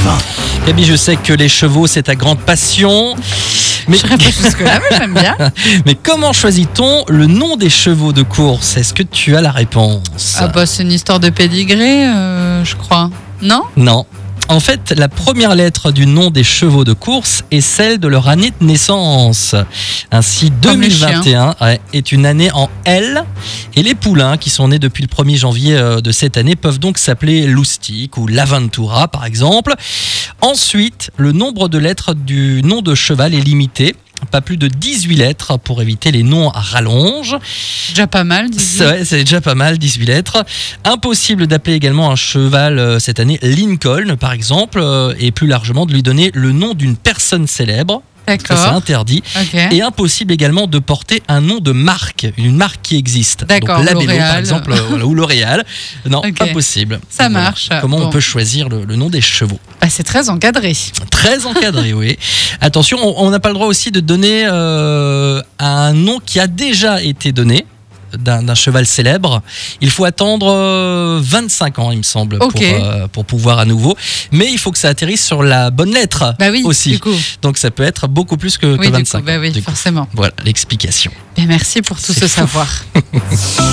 20. Gabi, je sais que les chevaux, c'est ta grande passion. Mais, Je pas jusque-là, mais j'aime bien. mais comment choisit-on le nom des chevaux de course Est-ce que tu as la réponse Ah bah c'est une histoire de pédigré, euh, je crois. Non Non. En fait, la première lettre du nom des chevaux de course est celle de leur année de naissance. Ainsi, Comme les 2021 ouais, est une année en L et les poulains qui sont nés depuis le 1er janvier euh, de cette année peuvent donc s'appeler Loustic ou Laventura par exemple. Ensuite, le nombre de lettres du nom de cheval est limité. Pas plus de 18 lettres pour éviter les noms à rallonge. Déjà pas mal, C'est dis vrai, c'est déjà pas mal, 18 lettres. Impossible d'appeler également un cheval euh, cette année Lincoln, par exemple, euh, et plus largement de lui donner le nom d'une personne célèbre. Ça, c'est D'accord. interdit. Ok. Et impossible également de porter un nom de marque, une marque qui existe. D'accord, Donc, Labello, par L'Oréal. exemple, euh, voilà, ou L'Oréal. Non, Ok. pas possible. Ça Voilà. marche. Comment on Bon. peut choisir le- le nom des chevaux Bah, c'est très encadré. Très encadré, oui. Attention, on- on n'a pas le droit aussi de donner euh, un nom qui a déjà été donné d'un d'un cheval célèbre. Il faut attendre euh, 25 ans, il me semble, Ok. pour, euh, pour pouvoir à nouveau. Mais il faut que ça atterrisse sur la bonne lettre. Bah oui, Aussi. du coup. Donc ça peut être beaucoup plus que, que Oui, du 25 coup, bah ans. oui, Du coup, forcément. Voilà l'explication. Mais merci pour tout C'est ce fou. savoir.